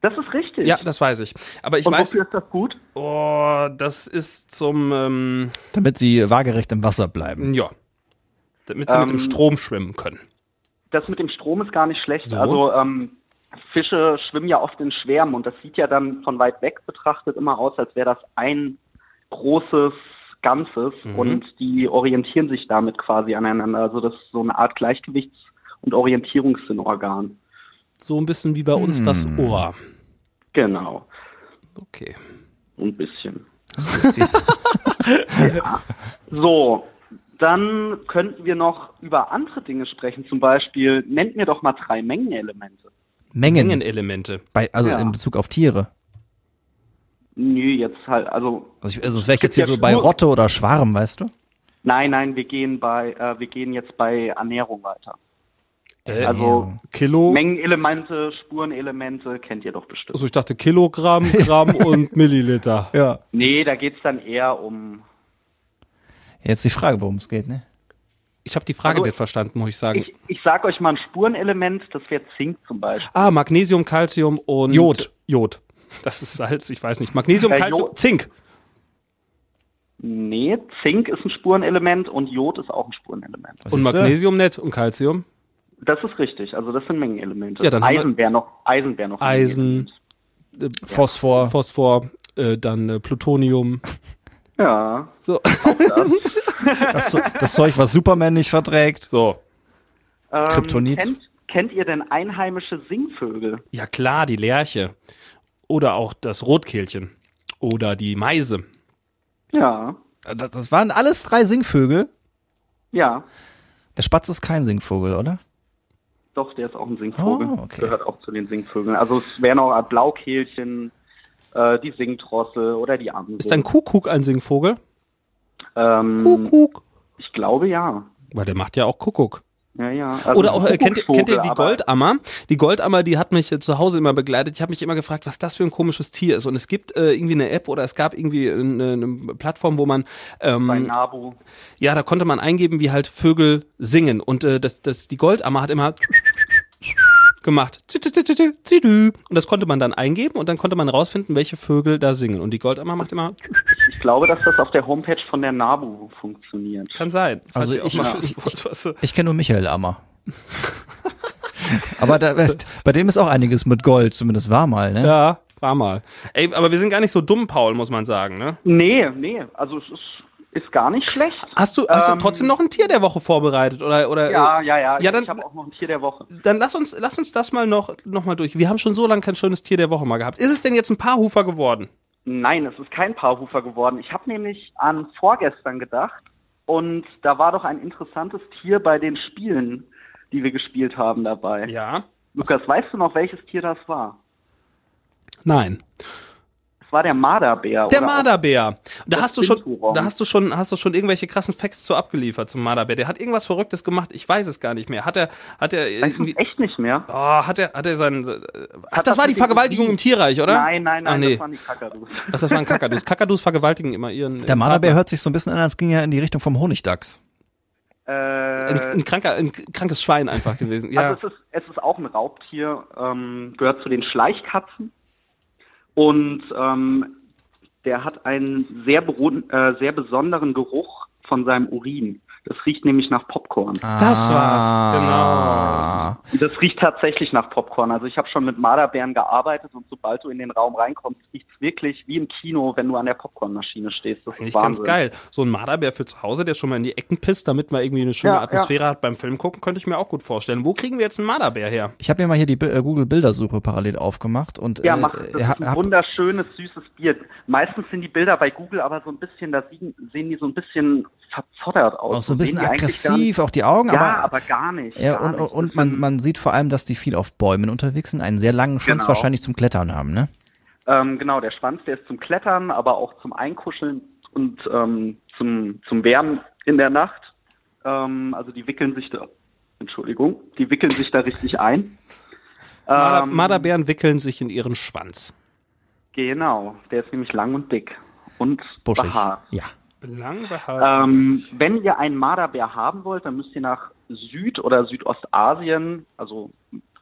S5: Das ist richtig.
S3: Ja, das weiß ich. Aber ich
S5: und
S3: weiß,
S5: wofür ist das gut?
S3: oh, das ist zum, ähm,
S2: Damit sie waagerecht im Wasser
S5: Mhm.
S2: bleiben.
S3: ja, damit sie mit dem
S5: Ähm,
S3: Strom schwimmen können.
S5: Das mit dem Strom ist gar nicht schlecht.
S3: So.
S5: Also ähm, Fische schwimmen ja oft in Schwärmen und das sieht ja dann von weit weg betrachtet immer aus, als wäre das ein großes Ganzes und die orientieren sich damit quasi aneinander. Also das ist so eine Art Gleichgewichts- und Orientierungssinnorgan.
S3: So ein bisschen wie bei uns das Ohr.
S5: Genau,
S3: Okay.
S5: so ein bisschen. *laughs*
S2: Ja.
S5: So, dann könnten wir noch über andere Dinge sprechen. Zum Beispiel, nennt mir doch mal drei Mengenelemente.
S2: Mengen,
S3: Mengenelemente.
S2: bei, also
S5: Ja.
S2: in Bezug auf Tiere.
S5: Nö, jetzt halt, also
S2: Also, ich, also das wäre ich jetzt hier
S5: Ja,
S2: so bei
S5: nur-
S2: Rotte oder Schwarm, weißt du?
S5: Nein, nein, wir gehen bei, äh, wir gehen jetzt bei Ernährung weiter.
S3: Äh,
S5: Also
S3: Kilo.
S5: Mengenelemente, Spurenelemente kennt ihr doch bestimmt.
S3: Also ich dachte Kilogramm, Gramm und Milliliter.
S2: Ja.
S5: nee, da geht's dann eher um.
S2: Jetzt die Frage, worum es geht, ne?
S3: Ich habe die Frage
S5: Also,
S3: nicht verstanden, muss ich sagen.
S5: Ich, ich sag euch mal ein Spurenelement, das wäre Zink zum Beispiel.
S3: ah, Magnesium, Calcium und
S2: Jod.
S3: Jod. Das ist Salz, ich weiß nicht. Magnesium,
S5: Äh,
S3: Calcium,
S5: Jod.
S3: Zink.
S5: Nee, Zink ist ein Spurenelement und Jod ist auch ein Spurenelement.
S2: Was
S3: Und
S2: ist da?
S3: Magnesium nicht und Calcium.
S5: Das ist richtig, also das sind Mengenelemente.
S3: Ja, dann haben wir-
S5: Eisen wäre noch, Eisen wäre noch. ein
S3: Eisen. äh,
S5: Mengenelement.
S2: Phosphor.
S3: Phosphor, äh, dann äh, Plutonium.
S5: Ja,
S3: So.
S2: äh, Das, das Zeug, was Superman nicht verträgt.
S3: so.
S5: ähm,
S2: Kryptonit.
S5: Kennt, kennt ihr denn einheimische Singvögel?
S3: Ja klar, die Lerche. Oder auch das Rotkehlchen. Oder die Meise.
S5: Ja,
S2: Äh, Das, das waren alles drei Singvögel.
S5: ja.
S2: Der Spatz ist kein Singvogel, oder?
S5: Doch, der ist auch ein Singvogel.
S2: Oh, okay.
S5: Gehört auch zu den Singvögeln. Also es wären auch Blaukehlchen, äh, die Singdrossel oder die Amsel.
S3: Ist ein Kuckuck ein Singvogel?
S5: ähm,
S3: Kuckuck.
S5: Ich glaube ja.
S3: Weil der macht ja auch Kuckuck.
S5: Ja, ja. Also
S3: Oder auch, äh, kennt, ihr- kennt ihr die
S5: aber-
S3: Goldammer? Die Goldammer, die hat mich äh, zu Hause immer begleitet. Ich habe mich immer gefragt, was das für ein komisches Tier ist. Und es gibt äh, irgendwie eine App oder es gab irgendwie äh, eine, eine Plattform, wo man,
S5: Bei
S3: ähm,
S5: Nabu.
S3: ja, da konnte man eingeben, wie halt Vögel singen. Und äh, das, das, die Goldammer hat immer gemacht. Und das konnte man dann eingeben und dann konnte man rausfinden, welche Vögel da singen. Und die Goldammer macht immer,
S5: Ich glaube, dass das auf der Homepage von der Nabu funktioniert.
S3: kann sein. Falls
S2: Also
S3: ihr auch
S2: ich-
S3: mal
S2: ich-
S3: wissen wollt, was, äh,
S2: Ich kenne nur Michael
S5: *laughs*
S2: Ammer. Aber da, bei dem ist äh, auch einiges mit Gold, zumindest war mal, ne?
S3: ja, war mal. Ey, aber wir sind gar nicht so dumm, Paul, muss man sagen, ne?
S5: Nee, nee. Also es ist, ist gar nicht schlecht.
S3: Hast du, hast
S5: Ähm,
S3: du trotzdem noch ein Tier der Woche vorbereitet? Oder, oder,
S5: Ja,
S3: äh,
S5: ja, ja.
S3: Ja, dann,
S5: ich habe auch noch ein Tier der Woche.
S3: dann lass, uns, lass uns das mal noch, noch mal durch. Wir haben schon so lange kein schönes Tier der Woche mal gehabt. Ist es denn jetzt ein Paarhufer geworden?
S5: Nein, es ist kein Paarhufer geworden. Ich habe nämlich an vorgestern gedacht und da war doch ein interessantes Tier bei den Spielen, die wir gespielt haben dabei.
S3: Ja.
S5: Lukas, weißt du noch, welches Tier das war?
S3: Nein.
S5: Es es war der
S3: Der
S5: Marderbär. oder auch-
S3: Marderbär. Da
S5: Das
S3: hast du schon,
S5: Binturong.
S3: da hast du schon, hast du schon irgendwelche krassen Facts zu abgeliefert zum Marderbär. Der hat irgendwas Verrücktes gemacht. Ich weiß es gar nicht mehr. Hat er, hat er
S5: Weiß
S3: irgendwie,
S5: ich echt nicht mehr.
S3: oh, hat er, hat er seinen, äh, ach,
S5: Hat
S3: das
S5: das
S3: war die
S5: mit dem
S3: Vergewaltigung
S5: Vieh?
S3: im Tierreich, oder?
S5: Nein, nein,
S3: Ach,
S5: nein,
S3: nee.
S5: das waren die
S3: *laughs*
S5: Kakadus.
S3: Ach, das waren
S5: *laughs*
S3: Kakadus. Kakadus vergewaltigen immer ihren. äh,
S2: Der Marderbär hört sich so ein bisschen an, als ging er in die Richtung vom Honigdachs.
S3: Ein,
S5: Äh,
S3: ein kranker, ein krankes Schwein einfach gewesen. Ja.
S5: Also es ist, es ist auch ein Raubtier, ähm, gehört zu den Schleichkatzen und ähm, der hat einen sehr, beru- äh, sehr besonderen Geruch von seinem Urin. Das riecht nämlich nach Popcorn.
S3: das
S5: Ah.
S3: war's, genau.
S5: Das riecht tatsächlich nach Popcorn. Also ich habe schon mit Marderbären gearbeitet und sobald du in den Raum reinkommst, riecht's wirklich wie im Kino, wenn du an der Popcornmaschine stehst. Das
S3: Eigentlich
S5: ist
S3: ganz
S5: Wahnsinn.
S3: geil. So ein Marderbär für zu Hause, der schon mal in die Ecken pisst, damit man irgendwie eine schöne
S5: Ja,
S3: Atmosphäre hat beim Film gucken, könnte ich mir auch gut vorstellen. Wo kriegen wir jetzt einen Marderbär her?
S5: Ähm.
S2: Ich habe mir mal hier die Bi- äh, Google-Bildersuche parallel aufgemacht und
S5: Ja,
S2: äh,
S5: macht das
S2: äh,
S5: ist
S2: hab-
S5: ein
S2: hab-
S5: wunderschönes, süßes Bier. Meistens sind die Bilder bei Google aber so ein bisschen, da sehen, sehen die so ein bisschen verzottert aus.
S2: auch so ein
S5: sehen
S2: bisschen
S5: die eigentlich gar
S2: aggressiv, auch die Augen,
S5: Nicht, ja,
S2: aber,
S5: aber, gar nicht.
S2: ja,
S5: gar
S2: und,
S5: nicht.
S2: und man, man sieht vor allem, dass die viel auf Bäumen unterwegs sind, einen sehr langen Schwanz
S5: Genau.
S2: wahrscheinlich zum Klettern haben, ne?
S5: Ähm, genau, der Schwanz, der ist zum Klettern, aber auch zum Einkuscheln und ähm, zum, zum Wärmen in der Nacht. Ähm, also die wickeln sich da, Entschuldigung, die wickeln sich da richtig ein.
S3: Marder-
S5: Ähm,
S3: Marderbären wickeln sich in ihren Schwanz.
S5: Genau, der ist nämlich lang und dick und
S2: Buschig.
S5: behaart.
S2: Ja.
S3: Langbehaart.
S5: Ähm, wenn ihr einen Marderbär haben wollt, dann müsst ihr nach Süd- oder Südostasien, also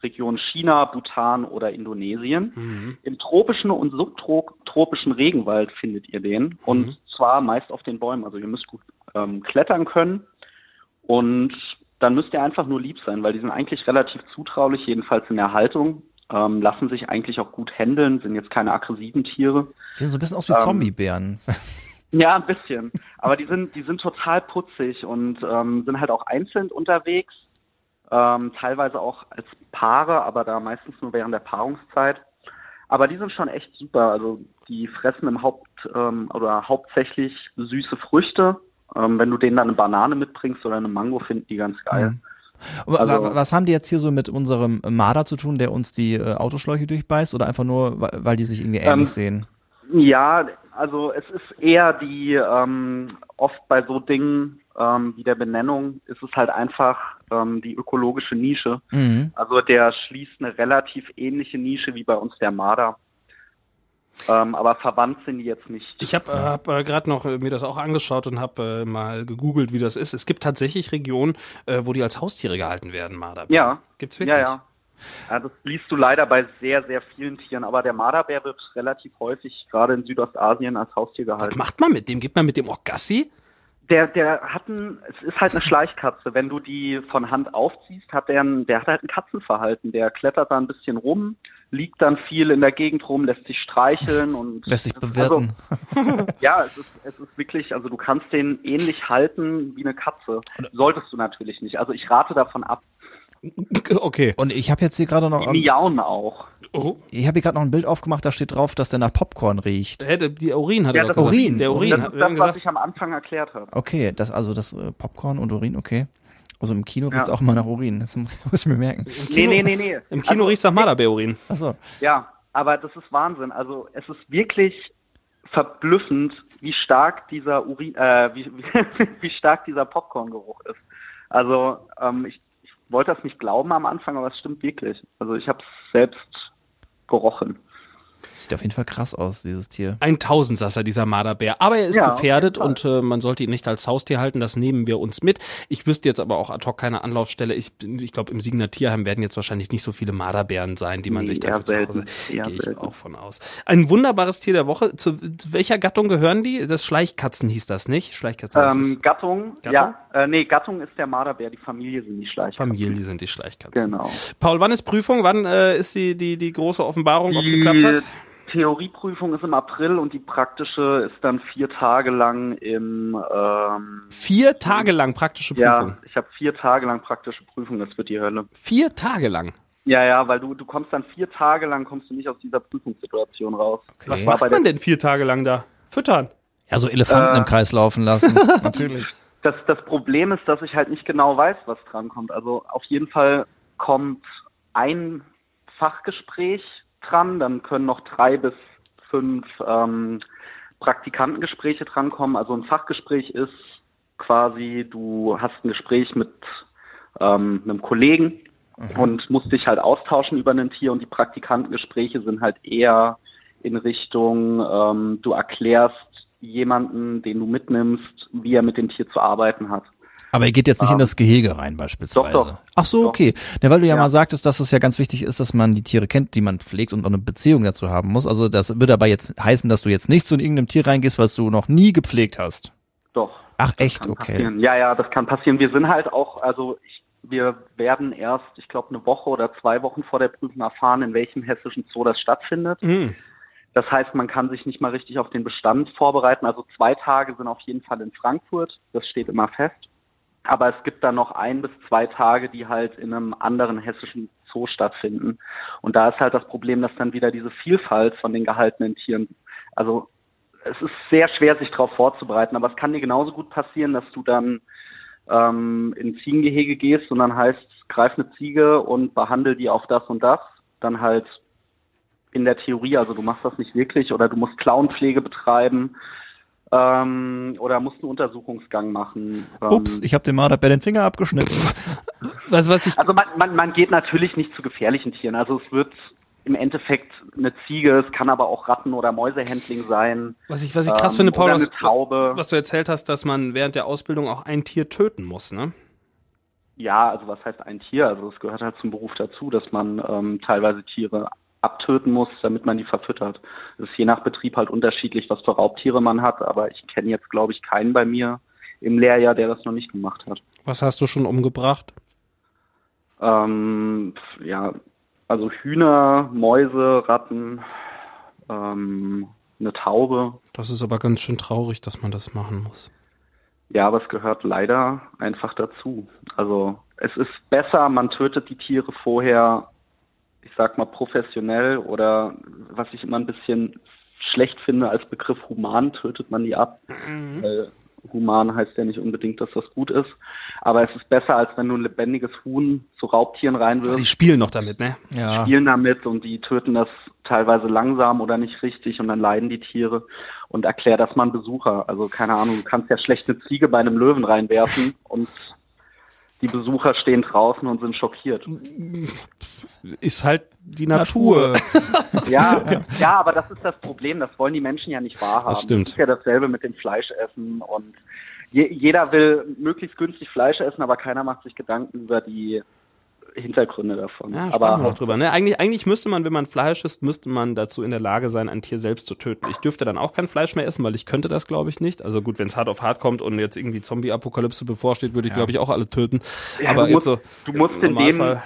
S5: Region China, Bhutan oder Indonesien.
S3: Mhm.
S5: Im tropischen und subtropischen Regenwald findet ihr den und zwar meist auf den Bäumen. Also ihr müsst gut ähm, klettern können und dann müsst ihr einfach nur lieb sein, weil die sind eigentlich relativ zutraulich, jedenfalls in der Haltung. Ähm, lassen sich eigentlich auch gut handeln, sind jetzt keine aggressiven Tiere.
S2: Sehen so ein bisschen aus wie
S5: Ähm,
S2: Zombiebären.
S5: Ja, ein bisschen. Aber die sind, die sind total putzig und ähm, sind halt auch einzeln unterwegs, ähm, teilweise auch als Paare, aber da meistens nur während der Paarungszeit. Aber die sind schon echt super. Also die fressen im Haupt ähm, oder hauptsächlich süße Früchte. Ähm, wenn du denen dann eine Banane mitbringst oder eine Mango, finden die ganz geil.
S2: Aber *laughs*
S5: also-
S2: wa- was haben die jetzt hier so mit unserem Marder zu tun, der uns die äh, Autoschläuche durchbeißt oder einfach nur, wa- weil die sich irgendwie
S5: Ähm,
S2: ähnlich sehen?
S5: Ja, also es ist eher die, ähm, oft bei so Dingen ähm, wie der Benennung ist es halt einfach ähm, die ökologische Nische.
S2: Mhm.
S5: Also der schließt eine relativ ähnliche Nische wie bei uns der Marder. Ähm, aber verwandt sind die jetzt nicht.
S3: Ich habe äh, hab, äh, gerade noch äh, mir das auch angeschaut und habe äh, mal gegoogelt, wie das ist. Es gibt tatsächlich Regionen, äh, wo die als Haustiere gehalten werden, Marderbären.
S5: Ja.
S3: Gibt's wirklich?
S5: ja, ja. ja. Das liest du leider bei sehr, sehr vielen Tieren. Aber der Marderbär wird relativ häufig, gerade in Südostasien, als Haustier
S3: Was
S5: gehalten.
S3: macht man mit dem? Geht man mit dem
S2: *laughs*
S3: auch Gassi?
S5: Der, der hat ein, es ist halt eine Schleichkatze. Wenn du die von Hand aufziehst, hat der, ein, der hat halt ein Katzenverhalten. Der klettert da ein bisschen rum, liegt dann viel in der Gegend rum, lässt sich streicheln und
S2: Lässt sich
S5: das- also-
S2: bewirten.
S5: Ja, es ist, es ist wirklich, also du kannst den ähnlich halten wie eine Katze. Solltest du natürlich nicht. Also ich rate davon ab.
S3: Okay.
S2: Und ich habe jetzt hier gerade noch,
S5: Die
S2: ähm,
S5: miauen auch.
S3: Oh.
S2: ich habe hier gerade noch ein Bild aufgemacht, da steht drauf, dass der nach Popcorn riecht.
S3: Hä, der, die Urin hat
S5: Ja,
S3: er doch
S5: das-
S3: gesagt.
S2: Urin.
S3: Der Urin
S5: Das
S3: hat
S5: ist
S3: wir haben
S5: das, was
S3: gesagt.
S5: ich am Anfang erklärt habe.
S2: Okay, das also das äh, Popcorn und Urin, okay. Also im Kino
S5: Ja.
S2: riecht's auch immer nach Urin, das *laughs* muss ich mir merken.
S5: Nee, nee, nee, nee.
S3: Im Kino
S5: also,
S3: riecht's nach Marderbeerurin.
S2: Achso.
S5: Ja, aber das ist Wahnsinn. Also es ist wirklich verblüffend, wie stark dieser Urin, äh, wie, *laughs* wie, wie stark dieser Popcorn-Geruch ist. Also ähm, ich, ich wollte das nicht glauben am Anfang, aber es stimmt wirklich. Also ich habe es selbst gerochen.
S2: Sieht auf jeden Fall krass aus, dieses Tier.
S3: Ein Tausendsasser, dieser Marderbär. Aber er ist
S5: Ja, auf
S3: gefährdet
S5: jeden
S3: und äh, man sollte ihn nicht als Haustier halten, das nehmen wir uns mit. Ich wüsste jetzt aber auch ad hoc keine Anlaufstelle. Ich, bin- ich glaube, im Siegner Tierheim werden jetzt wahrscheinlich nicht so viele Marderbären sein, die man
S5: Nee,
S3: sich
S5: eher
S3: dafür zu Hause...
S5: selten, eher
S3: Gehe ich
S5: selten.
S3: auch von aus. Ein wunderbares Tier der Woche. Zu, zu welcher Gattung gehören die? Das Schleichkatzen hieß das, nicht? Schleichkatzen hieß
S5: Ähm,
S3: das.
S5: Gattung,
S3: Gattung?
S5: ja. Äh, nee, Gattung ist der Marderbär, die Familie sind die Schleichkatzen.
S3: Familie sind die Schleichkatzen.
S5: Genau.
S3: Paul, wann ist Prüfung? Wann äh, ist die, die, die große Offenbarung, ob geklappt hat?
S5: Die Theorieprüfung ist im April und die praktische ist dann vier Tage lang im. Ähm,
S3: Vier Tage lang praktische Prüfung.
S5: ja, ich habe vier Tage lang praktische Prüfung, das wird die Hölle.
S3: Vier Tage lang.
S5: Ja, ja, weil du, du kommst dann vier Tage lang, kommst du nicht aus dieser Prüfungssituation raus.
S3: Was
S5: war
S3: macht
S5: bei
S3: man
S5: der,
S3: denn vier Tage lang da? Füttern.
S2: Ja, so
S5: Äh.
S2: Elefanten im Kreis laufen lassen. *laughs* Natürlich.
S5: das, das Problem ist, dass ich halt nicht genau weiß, was dran kommt. Also auf jeden Fall kommt ein Fachgespräch dran, dann können noch drei bis fünf ähm, Praktikantengespräche drankommen. Also ein Fachgespräch ist quasi, du hast ein Gespräch mit ähm, einem Kollegen und musst dich halt austauschen über ein Tier und die Praktikantengespräche sind halt eher in Richtung, ähm, du erklärst jemanden, den du mitnimmst, wie er mit dem Tier zu arbeiten hat.
S2: Aber ihr geht jetzt nicht in das Gehege rein beispielsweise.
S5: Doch, doch.
S2: Ach so,
S5: Doch.
S2: okay. Na, weil du ja,
S5: Ja.
S2: mal sagtest, dass es ja ganz wichtig ist, dass man die Tiere kennt, die man pflegt und auch eine Beziehung dazu haben muss. Also das würde aber jetzt heißen, dass du jetzt nicht zu irgendeinem Tier reingehst, was du noch nie gepflegt hast.
S5: Doch.
S2: Ach echt,
S5: Kann
S2: okay.
S5: passieren. Ja, ja, das kann passieren. Wir sind halt auch, also ich, wir werden erst, ich glaube, eine Woche oder zwei Wochen vor der Prüfung erfahren, in welchem hessischen Zoo das stattfindet.
S3: Hm.
S5: Das heißt, man kann sich nicht mal richtig auf den Bestand vorbereiten. Also zwei Tage sind auf jeden Fall in Frankfurt. Das steht immer fest. Aber es gibt dann noch ein bis zwei Tage, die halt in einem anderen hessischen Zoo stattfinden. Und da ist halt das Problem, dass dann wieder diese Vielfalt von den gehaltenen Tieren, also es ist sehr schwer, sich darauf vorzubereiten, aber es kann dir genauso gut passieren, dass du dann ähm, in Ziegengehege gehst und dann heißt, greif eine Ziege und behandle die auf das und das, dann halt in der Theorie, also du machst das nicht wirklich oder du musst Clownpflege betreiben ähm, oder musst einen Untersuchungsgang machen. Ähm,
S2: Ups, ich habe dem Marder bei den Finger abgeschnitten.
S3: Was, was ich,
S5: also man, man, man geht natürlich nicht zu gefährlichen Tieren. Also es wird im Endeffekt eine Ziege, es kann aber auch Ratten oder Mäusehändling sein.
S3: was ich, was ich krass
S5: ähm,
S3: finde, Paul,
S5: oder
S3: was,
S5: eine Taube.
S3: was du erzählt hast, dass man während der Ausbildung auch ein Tier töten muss, ne?
S5: Ja, also was heißt ein Tier? Also es gehört halt zum Beruf dazu, dass man ähm, teilweise Tiere abtöten muss, damit man die verfüttert. Es ist je nach Betrieb halt unterschiedlich, was für Raubtiere man hat, aber ich kenne jetzt, glaube ich, keinen bei mir im Lehrjahr, der das noch nicht gemacht hat.
S3: Was hast du schon umgebracht?
S5: Ähm, pf, ja, also Hühner, Mäuse, Ratten, ähm, eine Taube.
S3: Das ist aber ganz schön traurig, dass man das machen muss.
S5: Ja, aber es gehört leider einfach dazu. Also es ist besser, man tötet die Tiere vorher, ich sag mal, professionell oder was ich immer ein bisschen schlecht finde als Begriff human, tötet man die ab. Weil human heißt ja nicht unbedingt, dass das gut ist. Aber es ist besser, als wenn du ein lebendiges Huhn zu Raubtieren
S3: Die
S5: reinwirfst,
S3: spielen noch damit, ne?
S2: Ja.
S5: spielen damit und die töten das teilweise langsam oder nicht richtig und dann leiden die Tiere und erklär das mal einem Besucher. Also keine Ahnung, du kannst ja schlecht eine Ziege bei einem Löwen reinwerfen und die Besucher stehen draußen und sind schockiert.
S3: Ist halt die Natur.
S5: Ja, ja, aber das ist das Problem, das wollen die Menschen ja nicht wahrhaben.
S3: Das stimmt.
S5: Es ist ja dasselbe mit dem Fleischessen und je, jeder will möglichst günstig Fleisch essen, aber keiner macht sich Gedanken über die Hintergründe davon.
S3: Ja, sprechen wir
S5: aber
S3: noch drüber. Ne? Eigentlich, eigentlich müsste man, wenn man Fleisch isst, müsste man dazu in der Lage sein, ein Tier selbst zu töten. Ich dürfte dann auch kein Fleisch mehr essen, weil ich könnte das, glaube ich, nicht. Also gut, wenn es hart auf hart kommt und jetzt irgendwie Zombie-Apokalypse bevorsteht, würde ich, glaube ich, auch alle töten.
S5: Ja,
S3: aber
S5: du musst,
S3: jetzt so
S5: du musst in dem,
S3: Normalfall-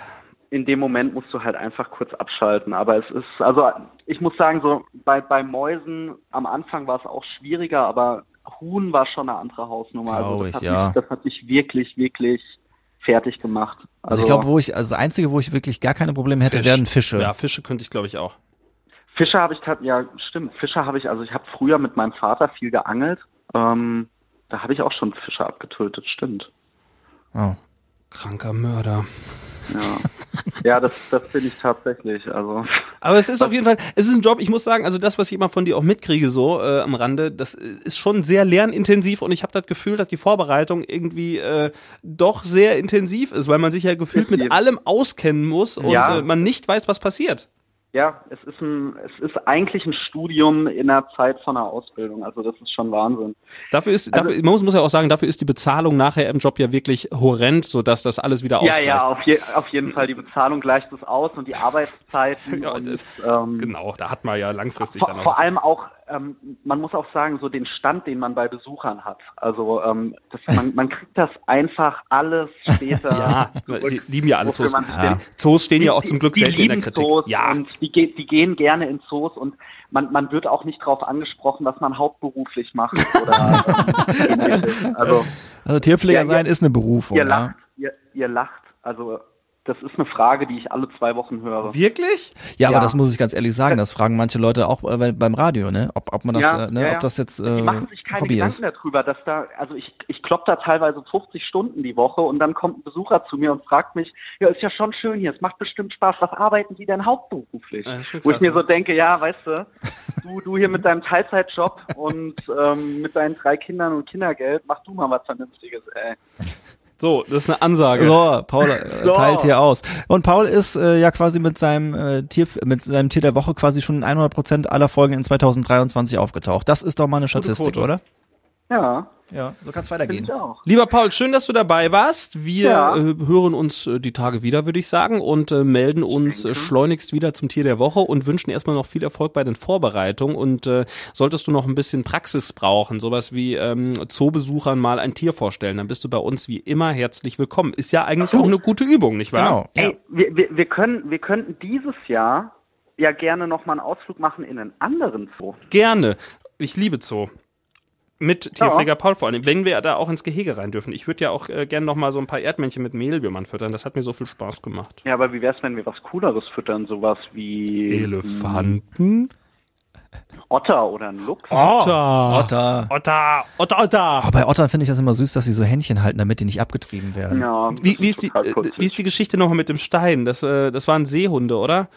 S5: in dem Moment musst du halt einfach kurz abschalten. Aber es ist, also ich muss sagen, so bei, bei Mäusen am Anfang war es auch schwieriger, aber Huhn war schon eine andere Hausnummer. also
S2: Glaub
S5: das,
S2: ich,
S5: hat
S2: ja.
S5: mich, das hat mich wirklich, wirklich fertig gemacht.
S2: Also ich glaube, wo ich, also das Einzige, wo ich wirklich gar keine Probleme hätte, wären Fische.
S3: Ja, Fische könnte ich, glaube ich, auch.
S5: Fische habe ich, tat- ja stimmt, Fische habe ich, also ich habe früher mit meinem Vater viel geangelt. Ähm, da habe ich auch schon Fische abgetötet, stimmt.
S2: Oh.
S3: Kranker Mörder.
S2: *laughs*
S5: Ja, ja das, das bin ich tatsächlich. Also
S3: Aber es ist auf jeden Fall, es ist ein Job, ich muss sagen, also das, was ich immer von dir auch mitkriege, so äh, am Rande, das äh, ist schon sehr lernintensiv und ich habe das Gefühl, dass die Vorbereitung irgendwie äh, doch sehr intensiv ist, weil man sich ja gefühlt mit
S5: Definitiv.
S3: allem auskennen muss und
S5: Ja.
S3: äh, man nicht weiß, was passiert.
S5: Ja, es ist ein, es ist eigentlich ein Studium in der Zeit von einer Ausbildung. Also das ist schon Wahnsinn.
S3: Dafür ist,
S5: Also
S3: dafür, man muss, muss ja auch sagen, dafür ist die Bezahlung nachher im Job ja wirklich horrend, sodass das alles wieder ausgleicht.
S5: Ja, ja, auf, je, auf jeden Fall. Die Bezahlung gleicht es aus und die *laughs* Arbeitszeiten.
S3: Ja,
S5: und,
S3: das-
S5: ähm,
S3: Genau, da hat man ja langfristig
S5: vor,
S3: dann auch.
S5: vor allem auch, ähm, man muss auch sagen, so den Stand, den man bei Besuchern hat. Also ähm, das, man, man kriegt das einfach *laughs* alles später.
S3: ja,
S5: äh, zurück,
S3: die lieben ja alle
S5: wofür
S3: Zoos.
S5: man sich den-
S3: Zoos stehen ja auch
S5: Die-
S3: zum Glück
S5: die
S3: selten in der
S5: lieben
S3: Kritik.
S5: Zoos
S3: ja,
S5: Und die, ge- die gehen gerne in Zoos und man, man wird auch nicht darauf angesprochen, was man hauptberuflich
S3: *laughs*
S5: macht. Oder, ähm, also
S2: Also Tierpfleger
S5: Ja, ja.
S2: sein ist eine Berufung. ne?
S5: ihr
S2: ja.
S5: lacht, ihr, ihr lacht. Also Das ist eine Frage, die ich alle zwei Wochen höre.
S3: Wirklich?
S2: Ja, aber
S5: Ja.
S2: das muss ich ganz ehrlich sagen, das fragen manche Leute auch äh, bei- beim Radio, ne? Ob, ob man das,
S5: Ja,
S2: äh, ne?
S5: ja, ja.
S2: ob das jetzt äh,
S5: Die machen sich keine
S2: Hobby
S5: Gedanken
S2: ist.
S5: darüber, dass da, also ich, ich klopp da teilweise 50 Stunden die Woche und dann kommt ein Besucher zu mir und fragt mich, ja, ist ja schon schön hier, es macht bestimmt Spaß, was arbeiten Sie denn hauptberuflich?
S3: Ja, ist schon
S5: Wo ich
S3: krass,
S5: mir so
S3: ne?
S5: denke, ja, weißt du, du, du hier mit deinem Teilzeitjob und ähm, mit deinen drei Kindern und Kindergeld, mach du mal was Vernünftiges, ey.
S3: So, das ist eine Ansage.
S2: So, Paul äh,
S5: So.
S2: teilt hier aus. Und Paul ist äh, ja quasi mit seinem äh, Tier, mit seinem Tier der Woche quasi schon in 100 aller Folgen in 2023 aufgetaucht. Das ist doch mal eine Statistik,
S3: Quote.
S2: oder?
S5: Ja,
S2: Ja, so kann's
S5: finde
S2: weitergehen.
S5: ich auch.
S3: Lieber Paul, schön, dass du dabei warst. Wir
S5: Ja.
S3: äh, hören uns äh, die Tage wieder, würde ich sagen, und äh, melden uns äh, schleunigst wieder zum Tier der Woche und wünschen erstmal noch viel Erfolg bei den Vorbereitungen. Und äh, solltest du noch ein bisschen Praxis brauchen, sowas wie ähm, Zoobesuchern mal ein Tier vorstellen, dann bist du bei uns wie immer herzlich willkommen. Ist ja eigentlich auch eine gute Übung, nicht wahr?
S2: Genau.
S5: Ey, wir, wir, wir, können, wir könnten dieses Jahr ja gerne nochmal einen Ausflug machen in einen anderen Zoo.
S3: Gerne. Ich liebe Zoo. Mit
S5: Ja.
S3: Tierpfleger Paul vor allem. Wenn wir da auch ins Gehege rein dürfen. Ich würde ja auch äh, gerne noch mal so ein paar Erdmännchen mit Mehlwürmern füttern. Das hat mir so viel Spaß gemacht.
S5: Ja, aber wie wär's, wenn wir was Cooleres füttern, sowas wie
S3: Elefanten?
S5: Otter oder ein Luchs?
S3: Oh! Ah. Otter.
S2: Otter.
S3: Otter. Otter, Otter.
S2: Aber bei Ottern finde ich das immer süß, dass sie so Händchen halten, damit die nicht abgetrieben werden.
S5: Ja, das
S3: Wie, wie, ist die,
S5: total
S3: äh,
S5: putzig.
S3: wie ist die Geschichte nochmal mit dem Stein? Das, äh, das waren Seehunde, oder?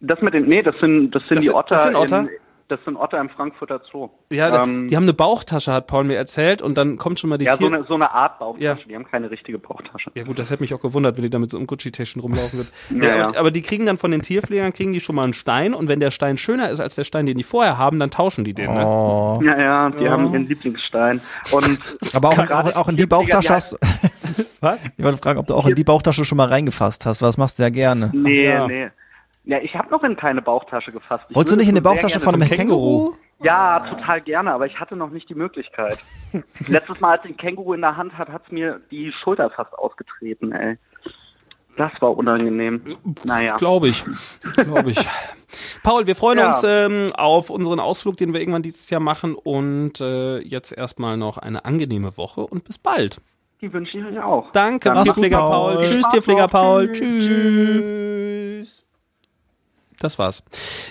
S5: das mit den, nee, das sind, das sind
S3: Das
S5: die
S3: sind-
S5: Otter.
S3: das sind Otter?
S5: In, das sind Otter im Frankfurter Zoo.
S3: Ja, da-
S5: Ähm,
S3: die haben eine Bauchtasche, hat Paul mir erzählt. Und dann kommt schon mal die
S5: ja so
S3: Tier...
S5: eine, so eine Art Bauchtasche.
S3: Ja.
S5: Die haben keine richtige Bauchtasche.
S3: Ja gut, das hätte mich auch gewundert, wenn die damit so im Gucci-Taschen rumlaufen würden.
S5: *laughs* Ja,
S3: ja,
S5: ja.
S3: aber, aber die kriegen dann von den Tierpflegern, kriegen die schon mal einen Stein und wenn der Stein schöner ist als der Stein, den die vorher haben, dann tauschen die den. Ne?
S2: Oh.
S5: Ja, ja, die haben ihren Lieblingsstein.
S2: *laughs*
S5: Und
S2: Aber auch,
S5: gerade
S2: auch, auch in die
S5: Tierpfleger,
S2: Bauchtasche
S3: *laughs*
S5: die-
S2: hast. Was? Ich wollte fragen, ob du auch in die Bauchtasche schon mal reingefasst hast, weil das machst du ja gerne.
S5: nee,
S3: ja.
S5: nee. Ja, ich habe noch in keine Bauchtasche gefasst. Ich
S2: Wolltest du
S5: würde
S2: nicht in
S5: so
S2: eine
S5: sehr
S2: Bauchtasche
S5: gerne
S2: von einem
S5: so-
S2: Känguru?
S5: Ja, total gerne, aber ich hatte noch nicht
S2: *laughs*
S5: die Möglichkeit. Letztes Mal, als ich den Känguru in der Hand hatte, hat's mir die Schulter fast ausgetreten, ey. Das war
S3: Äh,
S5: unangenehm. Naja.
S3: Glaube ich. Glaube ich. Paul, wir freuen
S5: Ja.
S3: uns ähm, auf unseren Ausflug, den wir irgendwann dieses Jahr machen und äh, jetzt erstmal noch eine angenehme Woche und bis bald.
S5: Die wünsche ich euch auch.
S3: Danke,
S5: Danke.
S3: Tierpfleger
S2: Mach's gut,
S3: Paul.
S2: Paul.
S3: Tschüss,
S5: Mach's
S3: Tierpfleger
S5: noch.
S3: Paul.
S5: Tschüss.
S3: Tschüss. Das war's.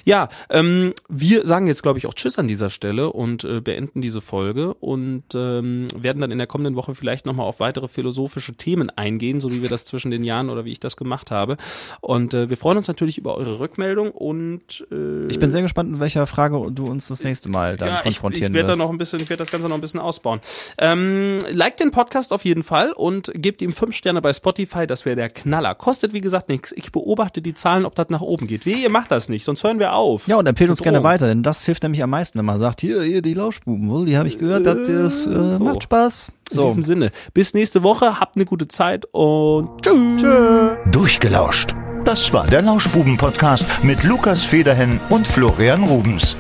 S3: Ja, ähm, wir sagen jetzt, glaube ich, auch Tschüss an dieser Stelle und äh, beenden diese Folge und ähm, werden dann in der kommenden Woche vielleicht nochmal auf weitere philosophische Themen eingehen, so wie wir das zwischen den Jahren oder wie ich das gemacht habe. Und äh, wir freuen uns natürlich über eure Rückmeldung und äh,
S2: Ich bin sehr gespannt, in welcher Frage du uns das nächste Mal dann
S3: ja, ich, ich
S2: konfrontieren
S3: werde da
S2: wirst.
S3: noch ein bisschen, ich werde das Ganze noch ein bisschen ausbauen. Ähm, like den Podcast auf jeden Fall und gebt ihm fünf Sterne bei Spotify, das wäre der Knaller. Kostet wie gesagt nichts. Ich beobachte die Zahlen, ob das nach oben geht. Wehe, ihr macht das nicht, sonst hören wir auf.
S2: ja, und empfehlt uns gerne
S3: Drogen.
S2: weiter, denn das hilft nämlich am meisten, wenn man sagt, hier, hier die Lauschbuben, wohl, die habe ich gehört, das ist, äh,
S3: so.
S2: macht Spaß.
S3: In diesem Sinne, bis nächste Woche, habt eine gute Zeit und
S1: Durchgelauscht. Das war der Lauschbuben-Podcast mit Lukas Federhen und Florian Rubens.